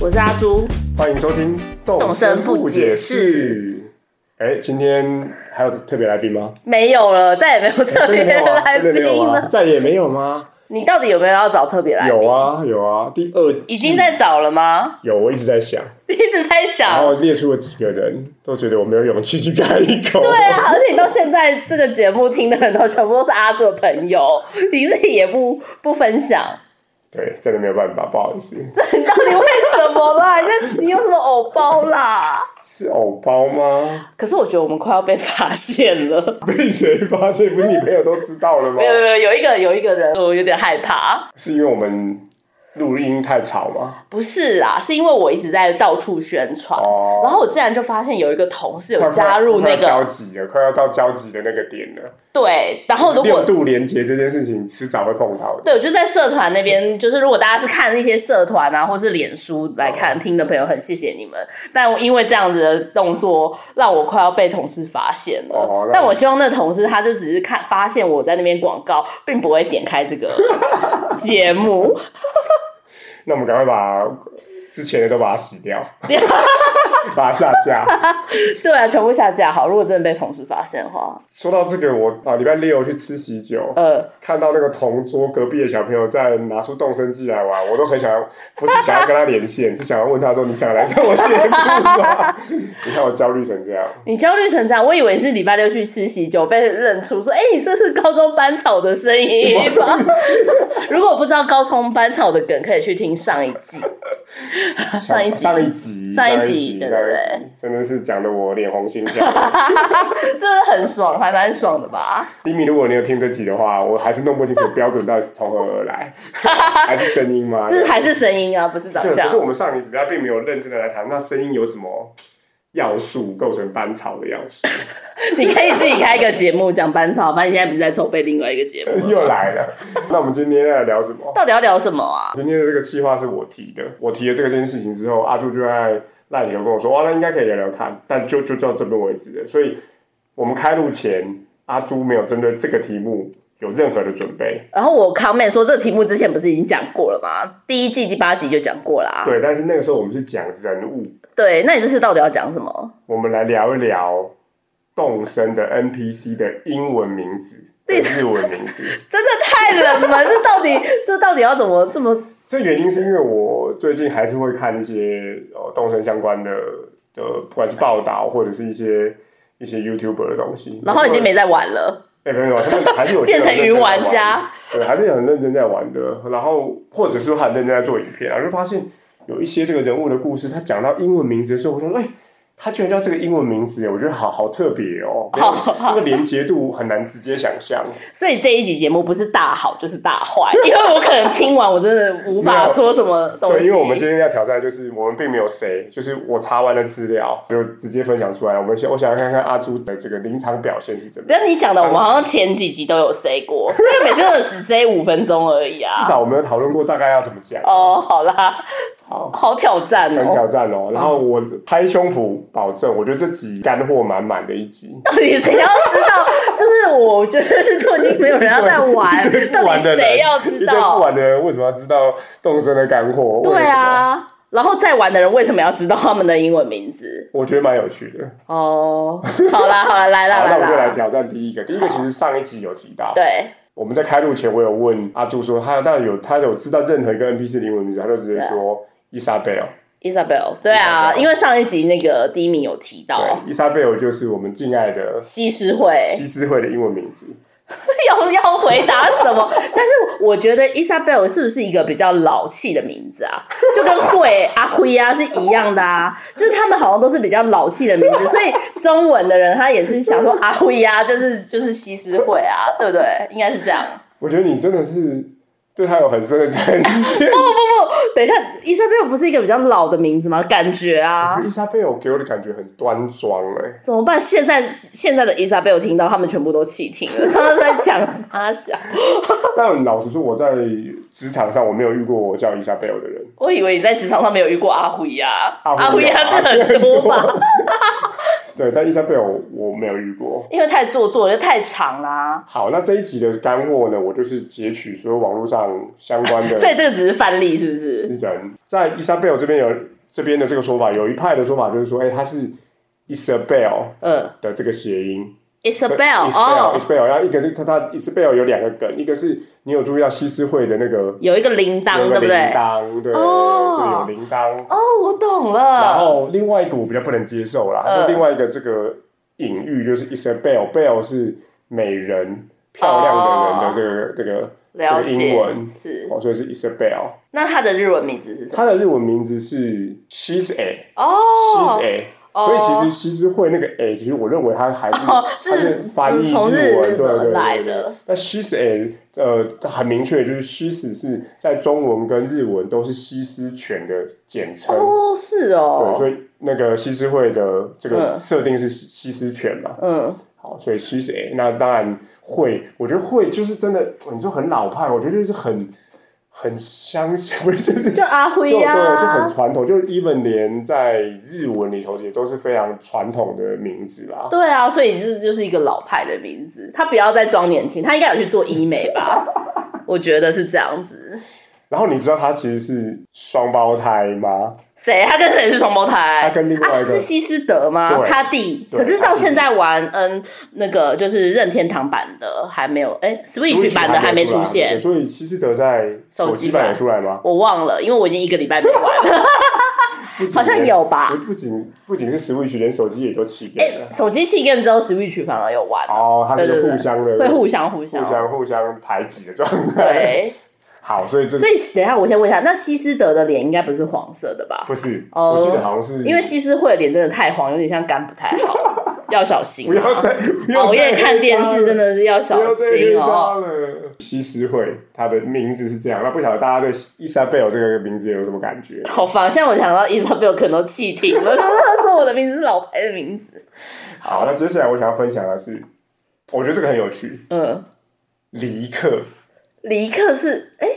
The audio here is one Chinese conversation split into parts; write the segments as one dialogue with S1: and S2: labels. S1: 我是阿朱。
S2: 欢迎收听《动
S1: 声不解释》。
S2: 哎，今天还有特别来宾 吗？
S1: 没有了，再也没有特 别
S2: 真的没有啊，
S1: 来
S2: 真的没
S1: 宾
S2: 有啊，
S1: 了。
S2: 再也没有吗？
S1: 你到底有没有要找特别来宾？
S2: 有，啊，有啊，第二季
S1: 已经在啊找了吗？
S2: 有，我一直在想，
S1: 你一直在
S2: 然
S1: 想。
S2: 后列出了几个人，都觉得我没有勇气去开口。
S1: 对啊，而且你到现在这个节目听的人都全部都是阿朱的朋友， 你自己也不不分享，
S2: 对，真的没有办法，不好意思。
S1: 这你到底为什么啦？ 你这你有什么偶包啦？
S2: 是偶包吗？
S1: 可是我觉得我们快要被发现了。
S2: 被谁发现？不是你朋友都知道了吗
S1: 没？有没有，没有有一个有一个人，我有点害怕。
S2: 是因为我们录音太吵吗？
S1: 不是啦，是因为我一直在到处宣传，
S2: 哦
S1: 然后我竟然就发现有一个同事有
S2: 快
S1: 加入那
S2: 快快要交
S1: 个
S2: 集了，快要到交集的那个点了。
S1: 对，然后如
S2: 六
S1: 果
S2: 度连接这件事情，迟早会碰到的。
S1: 对，我就在社团那边，就是如果大家是看一些社团啊，或是脸书来看听的朋友，很谢谢你们。但我因为这样子的动作，让我快要被同事发现了。
S2: 哦那
S1: 但我希望那同事他就只是看发现我在那边广告，并不会点开这 个节目。
S2: 那我们赶快把之前的都把它洗 掉，把它下架。
S1: 对啊，全部下架好。如果真的被同事发现的话，
S2: 说到这个，我啊礼拜六去吃喜酒，
S1: 呃，
S2: 看到那个同桌隔壁的小朋友在拿出动身机来玩，我都很想要，不是想要跟他连线，是想要问他说你想来上我节目吗？你看我焦虑成这样，
S1: 你焦虑成这样，我以为是礼拜六去吃喜酒被认出，说，哎、你这是高中班草的声音吗？如果不知道高中班草的梗，可以去听上一季，上一集
S2: 上一集，
S1: 上一集
S2: 集，
S1: 对对
S2: 上一
S1: 对
S2: 集真的是讲的我脸红心跳。
S1: 是不是很爽？还蛮爽的吧？
S2: 李米，如果你有听这集的话，我还是弄不清楚标准到底是从何而来，还是声音吗？
S1: 就是还是声音啊，不是长
S2: 对，
S1: 相
S2: 可是。我们上一集他并没有认真的来谈，那声音有什么要素构成班草的要素？
S1: 你可以自己开一个节目讲班草，反正你现在不是在筹备另外一个节目，
S2: 又来了，那我们今天要聊什么？
S1: 到底要聊什么啊？
S2: 今天的这个计划是我提的，我提了这个件事情之后，阿朱就在赖里头跟我说，哇，那应该可以聊聊看，但就就到这边为止了。所以我们开录前，阿朱没有针对这个题目有任何的准备，
S1: 然后我 comment 说这个题目之前不是已经讲过了吗？第一季第八集就讲过啦、
S2: 对，但是那个时候我们是讲人物，
S1: 对，那你这次到底要讲什么？
S2: 我们来聊一聊动身的 NPC 的英文名字、跟日文名字。
S1: 真的太冷门，这到底这到底要怎么这么？
S2: 这原因是因为我最近还是会看一些呃动身相关的的，不管是报道或者是一些一些 YouTuber 的东西。
S1: 然后已经没在玩了，
S2: 哎没有没有，他们还是有
S1: 变成
S2: 些人
S1: 云玩
S2: 在
S1: 家。
S2: 玩，对，还是有很认真在玩的。然后或者是很认真在做影片，然后就发现有一些这个人物的故事，他讲到英文名字的时候，我说哎。他居然叫这个英文名字，我觉得好好特别哦，没有那个连结度很难直接想象。
S1: 所以这一集节目不是大好就是大坏，因为我可能听完我真的无法说什么东
S2: 对，
S1: 西。
S2: 因为我们今天要挑战就是我们并没有谁，就是我查完了资料就直接分享出来。我们想我想要看看阿朱的这个临场表现是怎么样。
S1: 但你讲的，我们好像前几集都有 say 过，因为每次都只 say 五分钟而已
S2: 至
S1: 啊。
S2: 少我们有讨论过大概要怎么讲，
S1: 哦，好啦，
S2: 好，
S1: 好挑战
S2: 很
S1: 哦，
S2: 挑战哦。然后我拍胸脯保证，我觉得这集干货满满的一集。
S1: 到底谁要知道？就是我觉得是都已经没有人要再 玩，到
S2: 不
S1: 底
S2: 玩的人
S1: 谁要知
S2: 一堆不
S1: 道？
S2: 玩的人为什么要知道动身的干货？为
S1: 对
S2: 什么，
S1: 啊，然后再玩的人为什么要知道他们的英文名字？
S2: 我觉得蛮有趣的。
S1: 哦，好啦好 啦，来啦
S2: 好，那
S1: 来
S2: 我们就来
S1: 啦，
S2: 挑战第一个。第一个其实上一集有提到，
S1: 对，
S2: 我们在开录前，我有问阿朱说，他那有他有知道任何一个 NPC 的英文名字，他就直接
S1: 啊
S2: 说伊莎贝尔。
S1: Isabel，对啊，
S2: Isabel
S1: 因为上一集那个第一名有提到
S2: 对，伊莎贝尔就是我们敬爱的
S1: 西施会
S2: 西施会的英文名字。
S1: 要要回答什么， 但是我觉得 Isabel 是不是一个比较老气的名字啊？就跟慧阿辉啊是一样的啊，就是他们好像都是比较老气的名字，所以中文的人他也是想说阿辉啊，就是就是西施会啊，对不对？应该是这样。
S2: 我觉得你真的是对他有很深的 成见。
S1: 不不不，等一下，Isabel 不是一个比较老的名字吗？感觉啊，
S2: 伊莎贝尔给我的感觉很端庄哎、
S1: 怎么办？现在现在的伊莎贝尔听到，他们全部都弃听 了，他们在讲阿小。
S2: 但老实说，我在职场上我没有遇过我叫伊莎贝尔的人。
S1: 我以为你在职场上没有遇过阿辉呀、
S2: 阿辉
S1: 阿辉呀、
S2: 有啊
S1: 是很多吧？
S2: 对，但伊莎贝尔我没有遇过。
S1: 因为太做作了，就太长啦、
S2: 好，那这一集的干货呢，我就是截取所有网络上相关的
S1: 所以这个只是范例，是不是？
S2: 人，在伊莎贝尔这边有这边的这个说法，有一派的说法就是说，哎，它是 Isabel
S1: 嗯
S2: 的这个谐音。
S1: ，Isabel 哦，
S2: Isabel，Isabel，然后一个是它它 Isabel 有两个梗，一个是你有注意到西施会的那个
S1: 有一个铃铛，
S2: 有
S1: 对
S2: 个
S1: 不
S2: 铃
S1: 对？
S2: 铛，对，
S1: 哦
S2: 所以有铃铛。
S1: 哦，我懂
S2: 然
S1: 了。
S2: 后另外一个我比较不能接受啦，
S1: 嗯
S2: 就另外一个这个隐喻就是 Isabel，Bell 是美人、漂亮的人的这个、
S1: 哦
S2: 这个
S1: 了
S2: 这个英
S1: 解，
S2: 文，
S1: 是。
S2: 哦，所以是 Isabel。
S1: 那它的日文名字是什么？
S2: 它的日文名字是 She's A，She's
S1: 哦，
S2: A，、
S1: 哦
S2: 所以其实西施惠那个 A，其实我认为它还是、
S1: 哦
S2: 它
S1: 是
S2: 翻译日
S1: 从日
S2: 文，对对
S1: 本
S2: 对
S1: 来
S2: 对
S1: 的。
S2: 那 She's A，呃，很明确就是 She's 是在中文跟日文都是西施犬的简称。
S1: 哦，是
S2: 对，
S1: 哦。
S2: 所以那个西施会的这个
S1: 嗯
S2: 设定是西西施犬嘛，
S1: 嗯，
S2: 好，所以西施诶，那当然会，我觉得会就是真的，你说很老派，我觉得就是很很相信，不是就是啊
S1: 就阿辉啊
S2: 就对，
S1: 呀，
S2: 就很传统，就是 even 连在日文里头也都是非常传统的名字啦。
S1: 对啊，所以这就是一个老派的名字，他不要再装年轻，他应该有去做医 美吧？我觉得是这样子。
S2: 然后你知道他其实是双胞胎吗？
S1: 谁？他跟谁是双胞
S2: 他
S1: 胎？
S2: 跟另外一
S1: 啊，
S2: 个
S1: 是西施德吗？
S2: 对
S1: 他弟。
S2: 对
S1: 可是
S2: 他
S1: 到
S2: 弟
S1: 现在玩，嗯，那个就是任天堂版的还没有，哎，Switch 版的还没出
S2: 对
S1: 现，
S2: 所以西施德在
S1: 手
S2: 手
S1: 机
S2: 机版
S1: 版
S2: 有出来吗？
S1: 我忘了，因为我已经一个礼拜没玩了，
S2: 不仅
S1: 好像有 吧？
S2: 不仅不仅是 Switch，连手机也都起变
S1: 哎
S2: 了，。
S1: 手机弃更之后，Switch 反而有玩，
S2: 哦，它是
S1: 对
S2: 个
S1: 对对
S2: 互相的，
S1: 会互相互
S2: 互
S1: 相。
S2: 相互相排挤的状态。
S1: 对，
S2: 好，所以这
S1: 所以等一下我先问一下，那西施德的脸应该不是黄色的吧？
S2: 不是，
S1: 哦
S2: 我记得好像是
S1: 因为西施惠的脸真的太黄，有点像肝不太 好，要小心、啊。
S2: 不要再不要再
S1: 熬夜看电视真
S2: 的
S1: 的是要
S2: 不
S1: 小
S2: 要再遇
S1: 心
S2: 到
S1: 哦。
S2: 了。西施惠，她的名字是这样，那不晓得大家对伊莎贝尔这个名字有什么感觉？
S1: 好烦！现在我想到伊莎贝尔可能都气停 了，他说我的名字是老牌的名字。
S2: 好，那接下来我想要分享的是，我觉得这个很有趣，
S1: 嗯，
S2: 离克，
S1: 尼克是哎、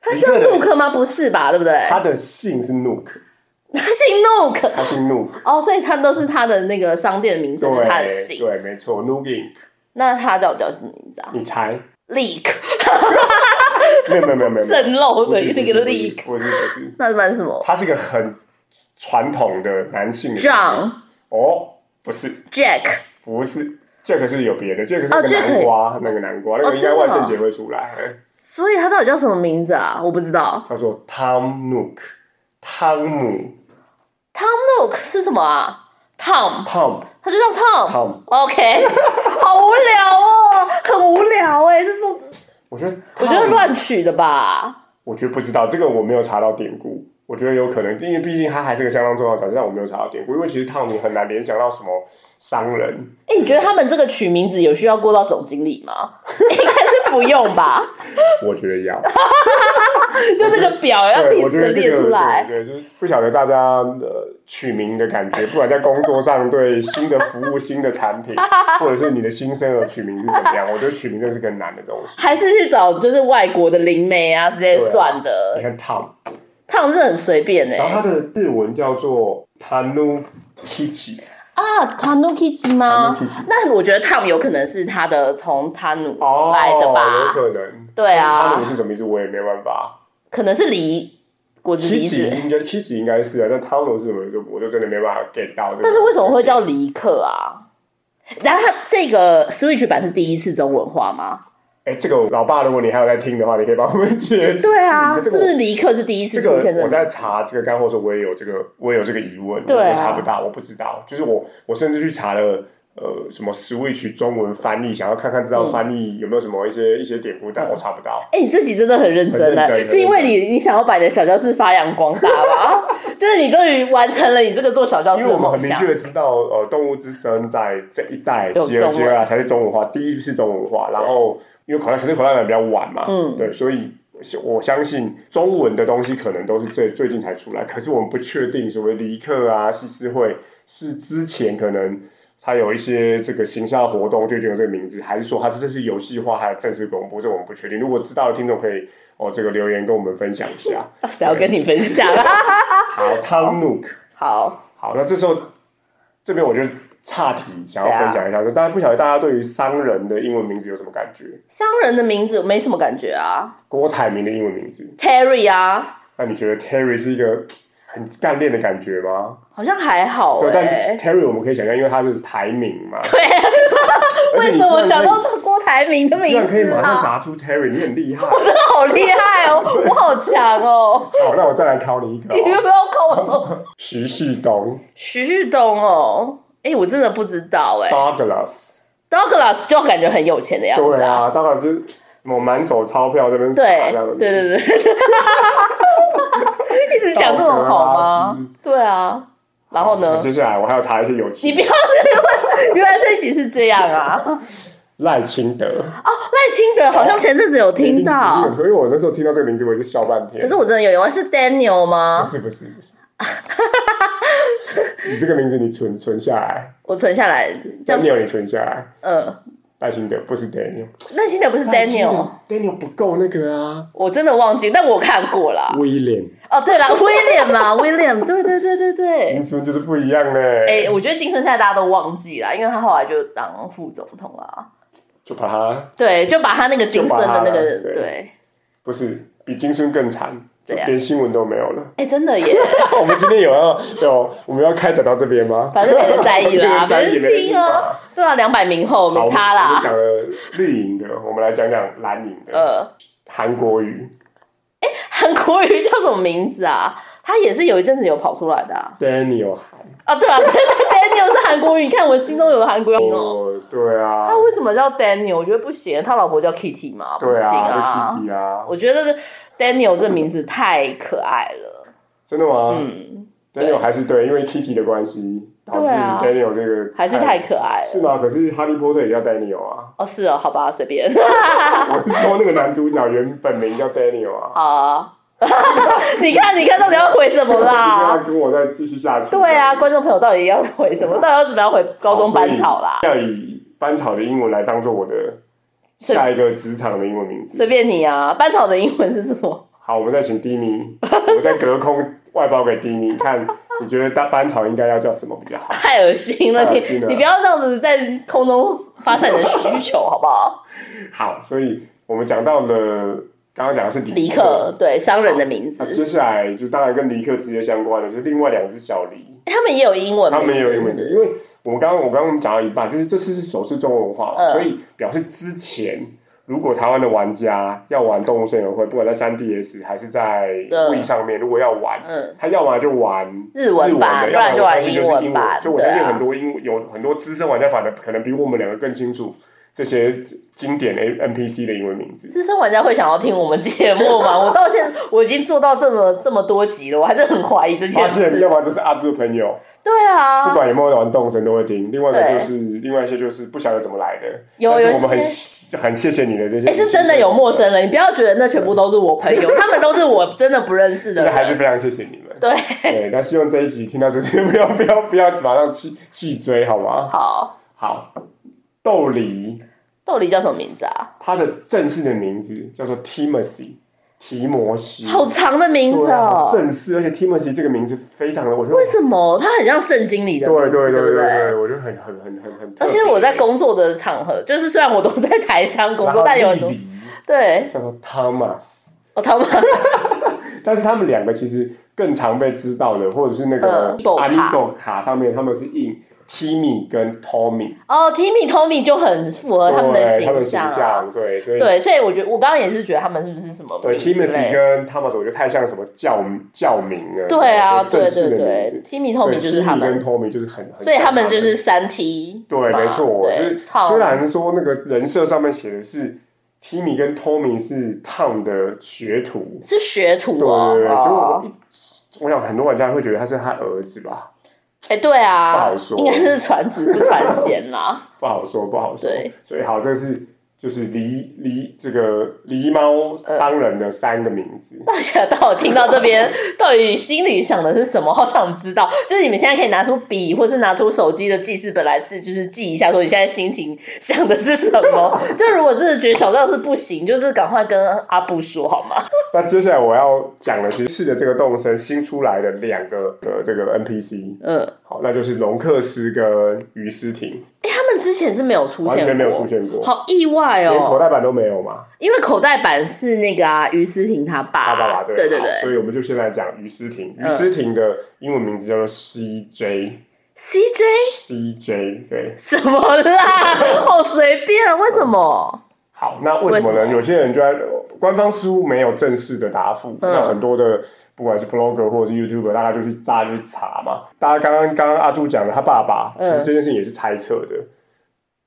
S1: 他
S2: 尼克
S1: 是
S2: 的
S1: 怒克吗？不是吧？对不对？
S2: 他的姓是 Nook，
S1: 他姓怒克
S2: 他姓 Nook，
S1: 哦，所以他都是他的那个商店的名字，就是他的
S2: 对
S1: 姓。
S2: 对，没错，Nook Inc，
S1: 那他到底叫什么名字啊？
S2: 你猜？
S1: 利克，
S2: 没有没有没有 没有，
S1: 正露
S2: 不
S1: 的
S2: 是
S1: 那
S2: 不
S1: 个
S2: 是
S1: 利克，
S2: 不是不是，
S1: 那算什么
S2: 他是一个很传统的男性的。
S1: ？John、
S2: 哦，不是，
S1: Jack。
S2: 不是，Jack 是有别的，Jack 是那
S1: 哦
S2: 个
S1: Jack
S2: 南瓜，那个南瓜，那
S1: 哦
S2: 个应该万圣
S1: 真
S2: 节会出来。
S1: 所以他到底叫什么名字啊？我不知道。
S2: 叫做 Tom Nook，汤姆
S1: Tom Nook 是什么啊？Tom，
S2: ，Tom
S1: 他就叫 Tom。
S2: Tom，
S1: OK，好 无聊哦，很无聊哎、这种
S2: 我觉得
S1: 我觉得，乱取的吧。
S2: 我觉得不知道这个我没有查到典故，我觉得有可能，因为毕竟它还是个相当重要的角色，但我没有查到典故，因为其实汤姆很难联想到什么商人，
S1: 哎、你觉得他们这个取名字有需要过到总经理吗？ 应该是不用 吧，
S2: 我觉得要。
S1: 就那个表要
S2: 对，
S1: 历
S2: 我觉
S1: 史的
S2: 得这
S1: 列
S2: 个
S1: 出来。
S2: 对，对就是不晓得大家呃取名的感觉，不管在工作上对新的服务、新的产品，或者是你的新生儿取名是怎么样，我觉得取名真是个难的东西。
S1: 还是去找就是外国的灵媒啊，直接算
S2: 你
S1: 的。
S2: 看 Tom，
S1: 他们是很随便哎、
S2: 然后它的日文叫做 Tanukichi，
S1: 啊 t a n u k i j 吗
S2: Tanukichi？
S1: 那我觉得 Tom 有可能是他的从 t a n
S2: 哦，
S1: 来的吧？
S2: 有可能。
S1: 对啊
S2: t a 是什么意思？我也没办法。
S1: 可能是梨果子梨
S2: Kichi
S1: 子，
S2: 应该 Kichi 应该是啊，但 Tom 是什么？就我就真的没办法 get 到这个。
S1: 但是为什么会叫梨克啊？然后它这个 Switch 版是第一次中文化吗？
S2: 哎，这个老爸，如果你还有在听的话，你可以帮我们解释。
S1: 对啊，
S2: 这
S1: 是
S2: 个
S1: 不
S2: 我
S1: 是梨克是第一次
S2: 这
S1: 出现
S2: 个我
S1: 这个
S2: 在
S1: 名字？
S2: 查这个干货的时候，我也有这个，我也有这个疑问，
S1: 对啊
S2: 我也查不到，我不知道。就是我，我甚至去查了，呃，什么 Switch 中文翻译，想要看看知道
S1: 嗯
S2: 翻译有没有什么一些、一些典故，但我查不到。
S1: 哎、你这集真的很认真
S2: 很认
S1: 哎，
S2: 真
S1: 是因为你你想要把你的小教室发扬光 大吧？就是你终于完成了你这个做小教室
S2: 因为
S1: 的
S2: 我们很
S1: 梦
S2: 明
S1: 想
S2: 确。的知道，呃，动物之声在这一代
S1: 有
S2: 吉
S1: 中
S2: 尔
S1: 文
S2: 吉尔啊才是中文化，第一是中文化，然后因为口袋小是口袋版比较晚嘛，
S1: 嗯
S2: 对，所以我相信中文的东西可能都是最最近才出来，可是我们不确定所谓离克啊、西施会是之前可能它有一些这个行销活动就已经有这个名字，还是说它这是游戏化还是正式公布，这我们不确定。如果知道的听众可以哦这个留言跟我们分享一下。
S1: 谁要跟你分享 啊？
S2: 好，汤 努克。
S1: 好，
S2: 好，那这时候这边我就岔题，想
S1: 啊
S2: 要分享一下，就大家不晓得大家对于商人的英文名字有什么感觉？
S1: 商人的名字没什么感觉啊
S2: 郭台铭的英文名字，
S1: ，Terry 啊，
S2: 那你觉得 Terry 是一个很干练的感觉吗？
S1: 好像还好
S2: 对，
S1: 哎、
S2: 但 Terry 我们可以想象，因为他是台名嘛，
S1: 对，啊
S2: 而且
S1: 为
S2: 你居然
S1: 什么
S2: 可以
S1: 讲到郭台铭的
S2: 居
S1: 名
S2: 然可以
S1: 字
S2: 马上
S1: 啊？
S2: 答出 Terry，你很厉害。
S1: 我真的好厉 害哦，我好强哦！
S2: 好，那我再来考你一个、
S1: 你有
S2: 哦，
S1: 没有扣我头？
S2: 徐旭东
S1: 徐旭东哦，哎、我真的不知道哎、
S2: ，Douglas，
S1: Douglas 就感觉很有钱的样子
S2: 对啊，Douglas 是我满手钞票这边撒
S1: 对
S2: 这样子，
S1: 对对对， 一直讲这
S2: 啊
S1: 种好吗？对啊，然后呢？
S2: 接下来我还要查一些有
S1: 你
S2: 趣
S1: 不。要这个，原来这一集是这样啊！哦，
S2: 赖清德，
S1: 赖清德好像前阵子有听
S2: 哎你
S1: 到
S2: 有，因为我那时候听到这个名字，我也是笑半天。
S1: 可是我真的有，有啊是 Daniel
S2: 不
S1: 吗？
S2: 是不是 不是，你这个名字你存存下来
S1: 我存下来，这样子，
S2: ，Daniel 你存下来，
S1: 嗯，
S2: 赖清德不是 Daniel，
S1: 赖清德不是 Daniel，
S2: Daniel 不够那个啊
S1: 我真的忘记，但我看过啦。
S2: ，William
S1: 哦，对了，William 嘛，William，对对对对对
S2: 金。孙就是不一样嘞，
S1: 哎、我觉得金顺现在大家都忘记了，因为他后来就当副总统了啊。
S2: 就把他
S1: 对，就把他那个金顺的那个，
S2: 就把他
S1: 对，
S2: 不是比金孙更惨，就
S1: 对啊
S2: 连新闻都没有了。
S1: 哎、真的耶，
S2: 我们今天有要有我们要开展到这边吗？
S1: 反正没人在意啦，
S2: 没
S1: 哎没
S2: 人在意
S1: 人听啊。。对啊，两百名后
S2: 没人
S1: 没
S2: 听
S1: 差
S2: 好我们
S1: 啦。
S2: 讲了绿营的，我们来讲讲蓝营的。
S1: 呃，
S2: 韩国瑜
S1: 韩国瑜叫什么名字啊？他也是有一阵子有跑出来的啊。
S2: Daniel 韩
S1: 啊，对啊，Daniel 是韩国瑜，你看我心中有韩国瑜哦。
S2: 哦，对啊
S1: 他，为什么叫 Daniel？我觉得不行，他老婆叫 Kitty 嘛，不
S2: 对
S1: 行
S2: 啊，
S1: 啊。
S2: 就 Kitty 啊，
S1: 我觉得 Daniel 这名字太可爱了。
S2: 真的吗
S1: 嗯，
S2: ？Daniel 还是对，因为 Kitty 的关系导致
S1: 对啊
S2: Daniel 这个
S1: 还是太可爱了。
S2: 是吗？可是哈利波特也叫 Daniel 啊，
S1: 哦，是哦，好吧，随便。
S2: 我是说那个男主角原本名叫 Daniel 啊。
S1: 好 啊，你看，你看，到底要回什么
S2: 你不
S1: 啦
S2: 要？跟我再继续下去。
S1: 对啊，观众朋友到底要回什么？ 到底要怎么样回高中班草啦？
S2: 要以班草的英文来当做我的
S1: 随
S2: 下一个职场的英文名字。
S1: 随便你啊，班草的英文是什么？
S2: 好，我们再请 d 尼，我们再隔空外包给 d 尼， 看你觉得大班草应该要叫什么比较好？
S1: 太恶心了，
S2: 太
S1: 你
S2: 恶心了
S1: 你不要这样子在空中发散你的需求，好不好？
S2: 好，所以我们讲到了，刚刚讲的是
S1: 李
S2: 李
S1: 克，对商人的名
S2: 那
S1: 字，
S2: 接下来就当然跟尼克直接相关的，就是另外两只小梨，
S1: 他们也有英文名
S2: 他
S1: 字，
S2: 们也有英文的，因为我们刚刚我刚刚讲到一半，就是这次是首次中文化嘛，
S1: 嗯
S2: 所以表示之前如果台湾的玩家要玩动物森友会，不管在 3DS 还是在
S1: 嗯
S2: Wii 上面，如果要玩，
S1: 嗯，
S2: 他要么就玩
S1: 日
S2: 日
S1: 文
S2: 文
S1: 版，
S2: 的，
S1: 不
S2: 要么
S1: 然
S2: 我相
S1: 玩
S2: 信就是
S1: 文版，
S2: 所以我相
S1: 对
S2: 信很
S1: 啊，
S2: 多英有很多资深玩家反而可能比我们两个更清楚这些经典 A NPC 的英文名字。
S1: 资深玩家会想要听我们节目吗？我到现在我已经做到这么这么多集了，我还是很怀疑这
S2: 发
S1: 件
S2: 现
S1: 事。
S2: 要么就是阿志的朋友，
S1: 对
S2: 不
S1: 啊，
S2: 管有没有玩动森都会听。另外一个
S1: 对
S2: 就是另外一些就是不晓得怎么来的，
S1: 有
S2: 但是
S1: 有
S2: 我们很
S1: 一些
S2: 很谢谢你的这些。
S1: 哎、是真的有陌，生人，你不要觉得那全部都是我朋 友，他们都是我真的不认识的
S2: 真的还是
S1: 人。
S2: 非常谢谢你们。
S1: 对，
S2: 对，那希望这一集听到这些，不 要不要不要马上气气追好吗？
S1: 好，
S2: 好，豆梨
S1: 豆梨叫什么名字啊？
S2: 它的正式的名字叫做 Timothy 提摩西，
S1: 好长的名字
S2: 嗯对啊好
S1: 哦。
S2: 正式，而且 Timothy 这个名字非常的，我觉得
S1: 为什么？它很像圣经里的
S2: 对
S1: 名字，
S2: 对对
S1: 不
S2: 对对，
S1: 对？
S2: 我觉得很很很很很特
S1: 而
S2: 别。
S1: 且我在工作的场合，就是虽然我都在台商工
S2: 然
S1: 作
S2: 后，
S1: 但有很多
S2: 丽梨
S1: 对，
S2: 叫做 Thomas。
S1: 我他们
S2: 但是他们两个其实更常被知道的，或者是那个
S1: 嗯，Amiibo 卡
S2: Amiibo 卡上面，他们是印 Timmy 跟 Tommy，
S1: 哦，Timmy、Tommy 就很符合哦他们的
S2: 对，他们
S1: 形
S2: 的形
S1: 象啊。
S2: 象，对，所以
S1: 对，所以我觉得我刚刚也是觉得他们是不是什么
S2: 对
S1: 名字
S2: Timmy
S1: 类的？
S2: 跟 Thomas 我觉得太像什么教教名了，
S1: 对啊，对
S2: 正
S1: 对
S2: 式的名
S1: 对
S2: 字。
S1: ，Timmy、
S2: 对
S1: Tommy 就是他
S2: Timmy
S1: 们
S2: 跟，Tommy 就是很，很
S1: 所以
S2: 像
S1: 他
S2: 他
S1: 们就是三 T 嘛。
S2: 对，没错，就是
S1: 对，
S2: 虽然说那个人设上面写的是 Timmy 跟 Tommy 是 Tom 的学徒，
S1: 是学徒
S2: 对
S1: 哦。
S2: 对对，结果我
S1: 哦
S2: 一我想很多玩家会觉得他是他儿子吧。
S1: 哎、对
S2: 不
S1: 啊
S2: 好说，
S1: 应该是传子不传贤啦。
S2: 不好说，不好说。
S1: 对，
S2: 所以好，这是就是狸狸这个狸猫
S1: 呃
S2: 商人的三个名字。
S1: 大家到底听到 这边，到底心里想的是什么？好想知道。就是你们现在可以拿出笔，或是拿出手机的记事本来是，就是记一下，说你现在心情想的是什 么。就如果真的觉得小赵是不行，就是赶快跟阿布说好吗？
S2: 那接下来我要讲的是是的这个动森新出来呃的两个的这个 NPC，
S1: 嗯，
S2: 好，那就是龙克斯跟于斯廷。
S1: 哎，他们之前是没有出现过，
S2: 完全没有出现过，
S1: 好意外
S2: 连口
S1: 哦。
S2: 袋版都没有嘛。
S1: 因为口袋版是那个啊，于思婷他
S2: 他
S1: 爸，
S2: 爸爸对
S1: 啊对
S2: 好所
S1: 对
S2: 以我们就先来讲于思婷。
S1: 嗯
S2: 于思婷的英文名字叫做 CJ，CJ
S1: ，CJ
S2: 对。
S1: 什么啦，好随便，啊为什么？
S2: 好，那为什么
S1: 为什
S2: 呢？
S1: 么
S2: 有些人就在官方似乎没有正式的答复，
S1: 嗯
S2: 那很多的不管是 blogger 或者是 YouTuber，大家就去大家就去查嘛。大家刚刚刚刚阿朱讲的他爸爸，其
S1: 嗯
S2: 实这件事情也是猜测的，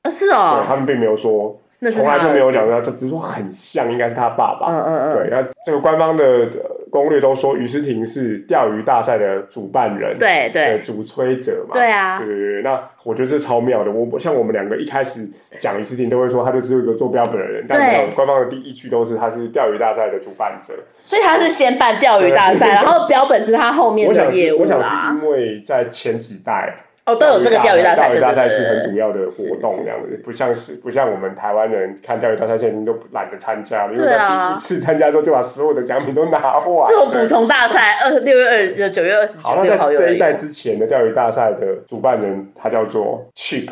S1: 啊，是
S2: 对
S1: 哦，
S2: 他们并没有说，
S1: 那是
S2: 从
S1: 他
S2: 来就没有
S1: 儿子，
S2: 讲到，就只是说很像，应该是他爸爸。
S1: 嗯嗯
S2: 对，
S1: 嗯，
S2: 那这个官方的呃攻略都说于诗婷是钓鱼大赛的主办人，
S1: 对
S2: 呃，
S1: 对
S2: 主催者嘛。
S1: 对啊
S2: 对，对对，那我觉得这超妙的。我我像我们两个一开始讲于诗婷都会说她就是一个做标本的人，但
S1: 对
S2: 没有官方的第一句都是她是钓鱼大赛的主办者。
S1: 所以他是先办钓鱼大赛，然后标本是他后面
S2: 我
S1: 的
S2: 想
S1: 业
S2: 是
S1: 务
S2: 我想
S1: 啦
S2: 是。因为在前几代
S1: 哦，都有这个钓鱼大赛，
S2: 钓
S1: 对
S2: 鱼大
S1: 对
S2: 赛
S1: 对
S2: 是很
S1: 对
S2: 主要的
S1: 是
S2: 活动
S1: 是是
S2: 这样子，不像是不像我们台湾人看钓鱼大赛现在已经都懒得参加了，因为
S1: 对
S2: 他
S1: 啊
S2: 第一次参加之后就把所有的奖品都拿
S1: 对，
S2: 完。
S1: 这
S2: 了。
S1: 种补充大赛，二六月二呃九月二十
S2: 好，
S1: 九，
S2: 那
S1: 六号
S2: 在
S1: 有
S2: 这一代
S1: 人
S2: 之前的钓鱼大赛的主办人，他叫做 Chip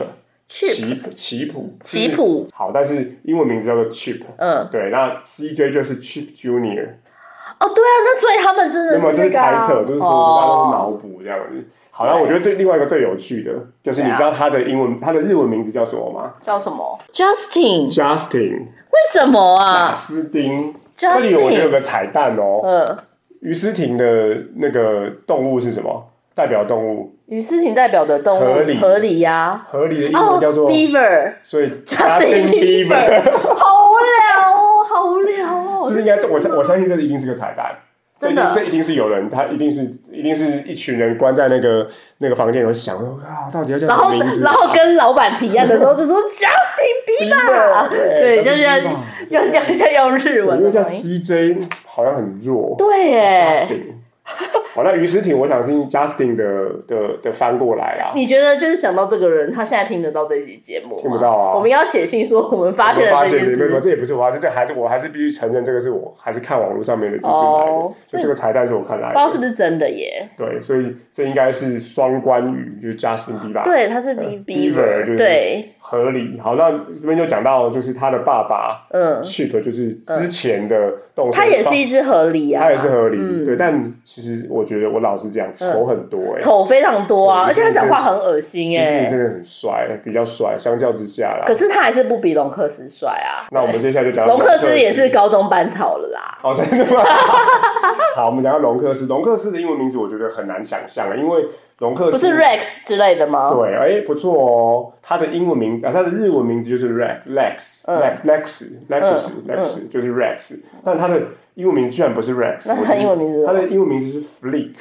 S1: 去
S2: 奇奇普
S1: 棋。谱，
S2: 好，但是英文名字叫做 Chip。
S1: 嗯，
S2: 对，那 CJ 就是 Chip Junior，
S1: 哦，对啊，那所以他们真
S2: 那
S1: 的
S2: 么
S1: 是
S2: 这是
S1: 那个啊哦
S2: 猜测，就是说大家都是脑补这样子。好，那我觉得最另外一个最有趣的，就是你知
S1: 啊
S2: 道他的英文，他的日文名字叫什么吗
S1: 哦叫什么 Justin，
S2: ？Justin
S1: 为什么
S2: 贾
S1: 啊
S2: 斯汀。这里我觉得有
S1: ？Justin，
S2: 个彩蛋哦，
S1: 嗯，
S2: 于思婷的那个动物是什么？代表动物，
S1: 于思婷代表的动物
S2: 合理
S1: 合理呀，
S2: 合理的英
S1: 哦
S2: 文叫做。
S1: Beaver，
S2: 所以 Justin
S1: Justin
S2: Bieber，
S1: 好无聊哦，好无 聊哦，
S2: 这是应该，我我相信这一定是个彩蛋。这一
S1: 真
S2: 定
S1: 的
S2: 这一定是有人，他一定是一定是一群人关在那个那个房间里头想说啊，到底要叫
S1: 然
S2: 什么
S1: 后
S2: 名字？啊
S1: 然后跟老板提案的时候就说 Justin Bieber，对，就是要要要要用日
S2: 对
S1: 文
S2: 因为
S1: 的
S2: 叫
S1: 发音，
S2: CJ 好像很弱。
S1: 对耶。
S2: Justin，好，那于诗婷，我想是 Justin 的的的翻过来啊，
S1: 你觉得就是想到这个人，他现在听得到这期节目吗
S2: 听不到啊
S1: 我们要写信说我们发
S2: 我
S1: 现了
S2: 发
S1: 这件
S2: 现没有，
S1: 事。
S2: 这也不是我发现，这还是我还是必须承认，这个是我还是看网络上面的资讯来的
S1: 哦，
S2: 所以这个彩蛋是我看来
S1: 不
S2: 的。
S1: 知道是不是真的耶？
S2: 对，所以这应该是双关语，就是 Justin Bieber
S1: 对，他是 B
S2: 嗯
S1: Beaver，
S2: 就是
S1: 对，
S2: 合理。好，那这边就讲到就是他的爸爸
S1: 嗯，
S2: Chip，就是之前的动物，
S1: 他也是一只河狸啊，
S2: 他也是合理，
S1: 嗯
S2: 对。但其实我觉得我老实讲，丑很多哎、
S1: 丑非常多啊，
S2: 嗯
S1: 而且他讲话很恶心
S2: 欸，
S1: 哎、
S2: 你真的很帅，比较帅，相较之下啦
S1: 可。是他还是不比隆克斯帅啊。
S2: 那我们接下来就讲到
S1: 隆克斯也是。高中班草了啦，
S2: 哦，真的吗？ 好，我们讲到隆克斯。隆克斯的英文名字我觉得很难想象啊，因为隆克斯
S1: 不是 Rex 之类的吗？
S2: 嗯对，哎，不错哦。他的英文名啊，他的日文名字就是 Rex Lex
S1: 嗯
S2: Lex Lex Lex Lex，就是 Rex。但他的英文名字居然不是 Rex，
S1: 那
S2: 我
S1: 他
S2: 是
S1: 英文名字是
S2: 他的英文名字是 Flick。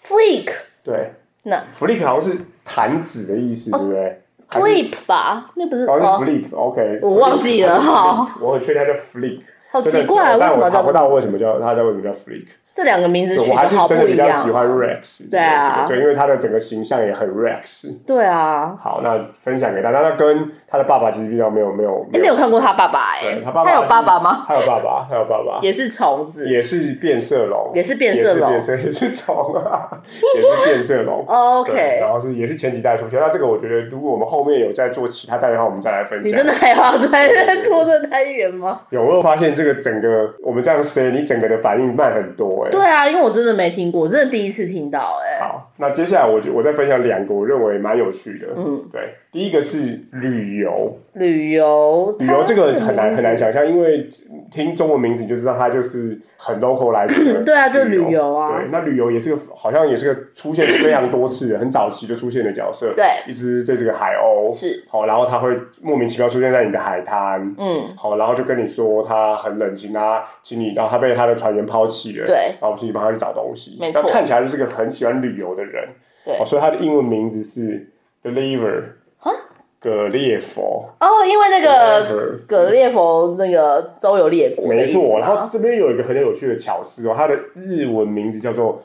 S1: ，Flick
S2: 对
S1: 那
S2: ，Flick 好像是弹指的意思，对不对？还是
S1: Flip 吧，那不是
S2: 好像
S1: 哦
S2: 是，Flip，OK。
S1: 我忘记了好，
S2: 我很确定他叫 Flick。
S1: 好
S2: 真的
S1: 奇怪啊，为
S2: 但
S1: 什
S2: 我
S1: 么
S2: 查
S1: 叫
S2: 不到为什么叫他叫为什么叫 Flick。
S1: 这两个名字
S2: 对
S1: 取
S2: 我还
S1: 得
S2: 是
S1: 好
S2: 真的
S1: 不
S2: 比
S1: 一
S2: 较
S1: 样？
S2: 喜欢 Rex。
S1: 对啊
S2: 对，因为他的整个形象也很 Rex。
S1: 对啊，
S2: 好，那分享给大家。那跟他的爸爸其实比较没有没有
S1: 哎，没有看过他爸爸哎
S2: 对，他爸爸
S1: 有
S2: 是
S1: 爸爸吗？
S2: 还有爸爸， 还有爸爸，
S1: 也是虫子，
S2: 也是变色龙，
S1: 也是变色龙
S2: 也是变色，也是虫啊， 也是变色龙。对
S1: OK，
S2: 然后是也是前几代出现，那这个我觉得，如果我们后面有在做其他代的话，我们再来分
S1: 你
S2: 享。
S1: 真的还要 在做这单元吗？
S2: 有没有发现这个整个我们这样 say，你整个的反应慢很多哎、
S1: 对啊，因为我真的没听过，我真的第一次听到哎、
S2: 好，那接下来我就我再分享两个我认为蛮有趣的。
S1: 嗯，
S2: 对，第一个是旅游，
S1: 旅游，
S2: 旅游这个很难很难
S1: 想，
S2: 想象，因为听中文名字就知道它就是很 local 来的。
S1: 对啊，就旅
S2: 旅
S1: 游啊
S2: 对，，那旅游也是个好像也是个出现非常多次的，很早期就出现的角色，
S1: 对，
S2: 一只这这个海鸥，
S1: 是，
S2: 好，然后它会莫名其妙出现在你的海滩，
S1: 嗯，
S2: 好，然后就跟你说它很冷情啊，请你，然后它被它的船员抛弃了，
S1: 对，
S2: 然后请你帮它去找东西，
S1: 没错
S2: 那看起来就是个很喜欢旅游的人，
S1: 对
S2: 哦，所以它的英文名字是 Deliver，
S1: 啊
S2: 葛列佛，
S1: 哦，因为那个
S2: Deliver
S1: 格列佛那个周游列国的
S2: 没
S1: 意思啊
S2: 错，然后
S1: 吗？
S2: 这边有一个很有趣的巧思哦，它的日文名字叫做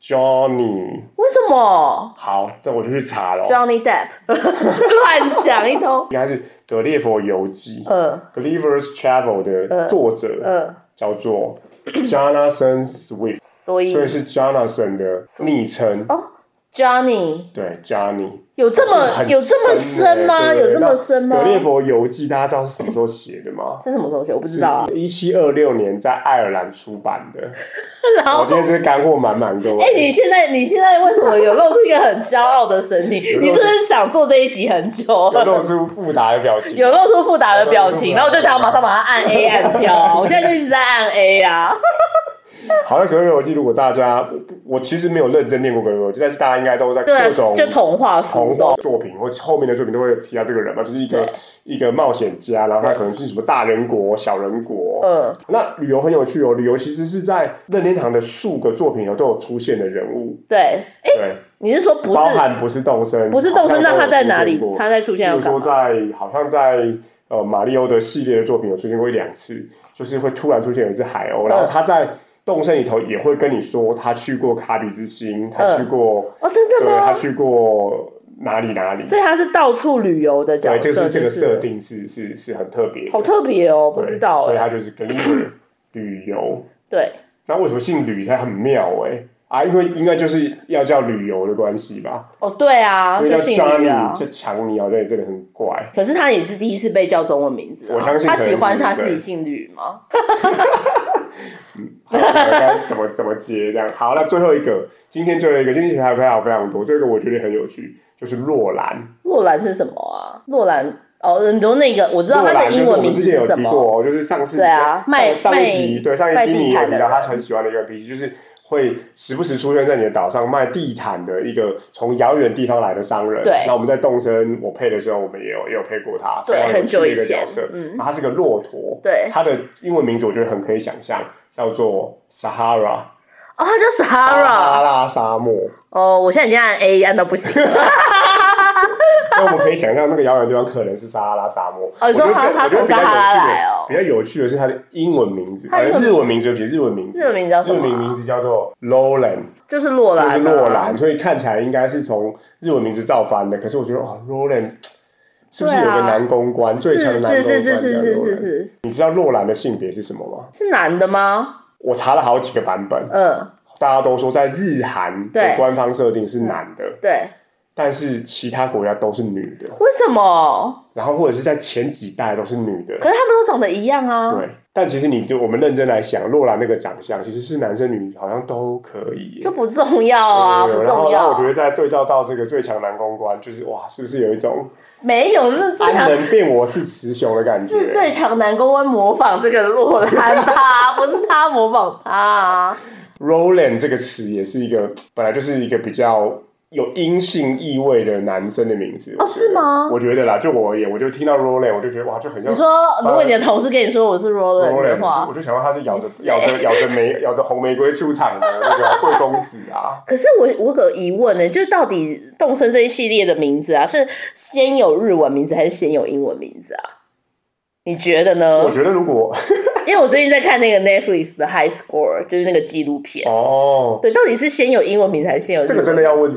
S2: Johnny。
S1: 为什么
S2: 好，这我就去查了哦，
S1: Johnny Depp 乱讲一 通？
S2: 应该是《格列佛游记》
S1: 呃
S2: （Gulliver's Travel） 的作者
S1: 呃，
S2: 叫做 Jonathan Swift，
S1: 所以
S2: 所以是 Jonathan 的昵称。
S1: 哦 Johnny
S2: 对，Johnny
S1: 有这
S2: 这
S1: 么
S2: 很
S1: 有这么深
S2: 深
S1: 吗？
S2: 欸对
S1: 有这么
S2: 那
S1: 深吗
S2: 格？列佛游记大家知道是什么时候写的吗？
S1: 是什么时候学？我不知道啊。
S2: 一七二六年在爱尔兰出版的。
S1: 然后
S2: 我今天真是干货满满，各位。
S1: 哎、你现在你现在为什么有露出一个很骄傲的神 情？你是不是想做这一集很久
S2: 有露
S1: 了？
S2: 出复杂的表情。
S1: 有露出复杂的表
S2: 有露出复杂的表
S1: 情，
S2: 情
S1: 然后我就想要马上把它按 A 按掉啊。我现在就一直在按 A 啊。
S2: 好像《格瑞游记》，如果大家，我其实没有认真念过《格瑞游记》，但是大家应该都在
S1: 对啊
S2: 各，种
S1: 就童话书
S2: 童
S1: 的
S2: 话。作品或后面的作品都会有提到这个人嘛，就是一个
S1: 对
S2: 一个冒险家，然后他
S1: 对
S2: 可能是什么大人国、小人国。
S1: 嗯，
S2: 那旅游很有趣哦，旅游其实是在任天堂的数个作品里头都有出现的人物，
S1: 对，
S2: 对，
S1: 你是说不是
S2: 包含不是动森，
S1: 不是动
S2: 好像
S1: 森？那
S2: 都有
S1: 他在哪里
S2: 出现？过
S1: 他在出
S2: 比
S1: 现要
S2: 如
S1: 干
S2: 说
S1: 嘛？
S2: 在好像在呃马里奥的系列的作品有出现过一两次，就是会突然出现有一只海鸥，
S1: 嗯
S2: 然后它在动森里头也会跟你说它去过卡比之星，它去过，
S1: 哦，真的
S2: 对，它
S1: 吗？
S2: 去过哪里哪里。
S1: 所以他是到处旅游的角
S2: 对，这
S1: 色，
S2: 是这个
S1: 就是
S2: 设定是是是很特别的，
S1: 好特别哦，不
S2: 对
S1: 知道
S2: 所以
S1: 哎。
S2: 它就是 Glimmer 旅游。
S1: 对，
S2: 那为什么姓吕？它很妙哎、啊，因为应该就是要叫旅游的关系吧，
S1: 哦对
S2: 因
S1: 啊，
S2: 为
S1: 就
S2: 叫
S1: 姓吕啊
S2: Johnny，。这强尼好像也真的很怪。
S1: 可是他也是第一次被叫中文名字、啊，
S2: 我相信
S1: 他
S2: 可能
S1: 喜欢
S2: 是
S1: 他自己
S2: 对
S1: 姓吕吗？
S2: 好该怎么怎么接这样？好，那最后一个，今天最后一个，今天还有非常非常多，这个我觉得很有趣，就是洛兰。
S1: 洛兰是什么啊？洛兰哦，你说那个我知道
S2: 洛
S1: 他的
S2: 兰
S1: 英
S2: 就是我
S1: 文名
S2: 们
S1: 字
S2: 之前有
S1: 是什
S2: 提
S1: 么？
S2: 过哦，就是上次
S1: 对啊
S2: 上
S1: 卖
S2: 上一集
S1: 卖
S2: 对上
S1: 卖
S2: 一集
S1: 地
S2: 你也
S1: 毯
S2: 提
S1: 的
S2: 到
S1: 人
S2: 他很喜欢的一个 RPG，就是会时不时出现在你的岛上卖地毯的一个从遥远地方来的商人。
S1: 对
S2: 那我们在动身我配的时候，我们也有也有配过他，
S1: 对
S2: 非常有
S1: 很久
S2: 趣的一
S1: 以
S2: 个角
S1: 前
S2: 色。
S1: 嗯
S2: 那他是个骆驼，
S1: 对，
S2: 他的英文名字我觉得很可以想象，叫做 Sahara，
S1: 哦，他叫
S2: 撒
S1: Sahara
S2: 哈。拉沙漠。
S1: 哦，我现在已经按 A 按到不行了。
S2: 那我们可以想象那个遥远的地方可能是撒哈拉沙漠。
S1: 哦你说
S2: 我觉得
S1: 它它
S2: 我觉得
S1: 从
S2: 比较
S1: 撒
S2: 有
S1: 哈拉
S2: 趣的
S1: 来哦
S2: 比较有趣的是它的英文名字，
S1: 它的英文
S2: 呃日文名字，比日文名字，
S1: 日文名字叫什么啊
S2: 日文名字叫做 Lowland，
S1: 就是洛兰、
S2: 就
S1: 啊，
S2: 是洛兰，。所以看起来应该是从日文名字照翻的。可是我觉得哇，Lowland 是不是有个男公关？最
S1: 啊是
S2: 强的男公
S1: 是
S2: 关
S1: 是是是
S2: 叫
S1: 是
S2: Lowland
S1: 是是
S2: 你知道洛兰的性别是什么吗？
S1: 是男的吗？
S2: 我查了好几个版本，
S1: 嗯，
S2: 大家都说在日韩
S1: 对
S2: 的官方设定是男的，
S1: 对，
S2: 但是其他国家都是女的。
S1: 为什么？
S2: 然后或者是在前几代都是女的，
S1: 可是他们都长得一样啊。
S2: 对。但其实你就我们认真来想，洛兰那个长相其实是男生女好像都可以耶。
S1: 就不重要啊，
S2: 对
S1: 不
S2: 对对然后
S1: 重
S2: 然后我
S1: 要
S2: 觉，得再对照到这个最强男公关，就是哇，是不是有一种
S1: 没有那最
S2: 安
S1: 强
S2: 能辨我是雌雄的感觉？
S1: 是最强男公关模仿这个洛兰吧，不是他模仿 他啊。
S2: Roland 这个词也是一个本来就是一个比较有阴性意味的男生的名字。
S1: 哦
S2: 我觉得
S1: 是吗
S2: 我觉得啦，就我而言，我就听到 Roland，我就觉得哇，就很像
S1: 你说，如果你的同事跟你说我是 Roland 的话
S2: 我，就想到他是咬着
S1: 你谁
S2: 咬着咬着玫咬着红玫瑰出场的那个贵公子啊
S1: 。可是我我有个疑问呢，就是到底动森这一系列的名字啊，是先有日文名字还是先有英文名字啊？你觉得
S2: 我
S1: 呢？
S2: 觉得如果
S1: 因为我最近在看那个 Netflix 的 High Score，就是那个纪录片，
S2: 哦，
S1: 对，到底是先有英文名字还是先有日
S2: 这
S1: 文
S2: 个真
S1: 名？
S2: 的要问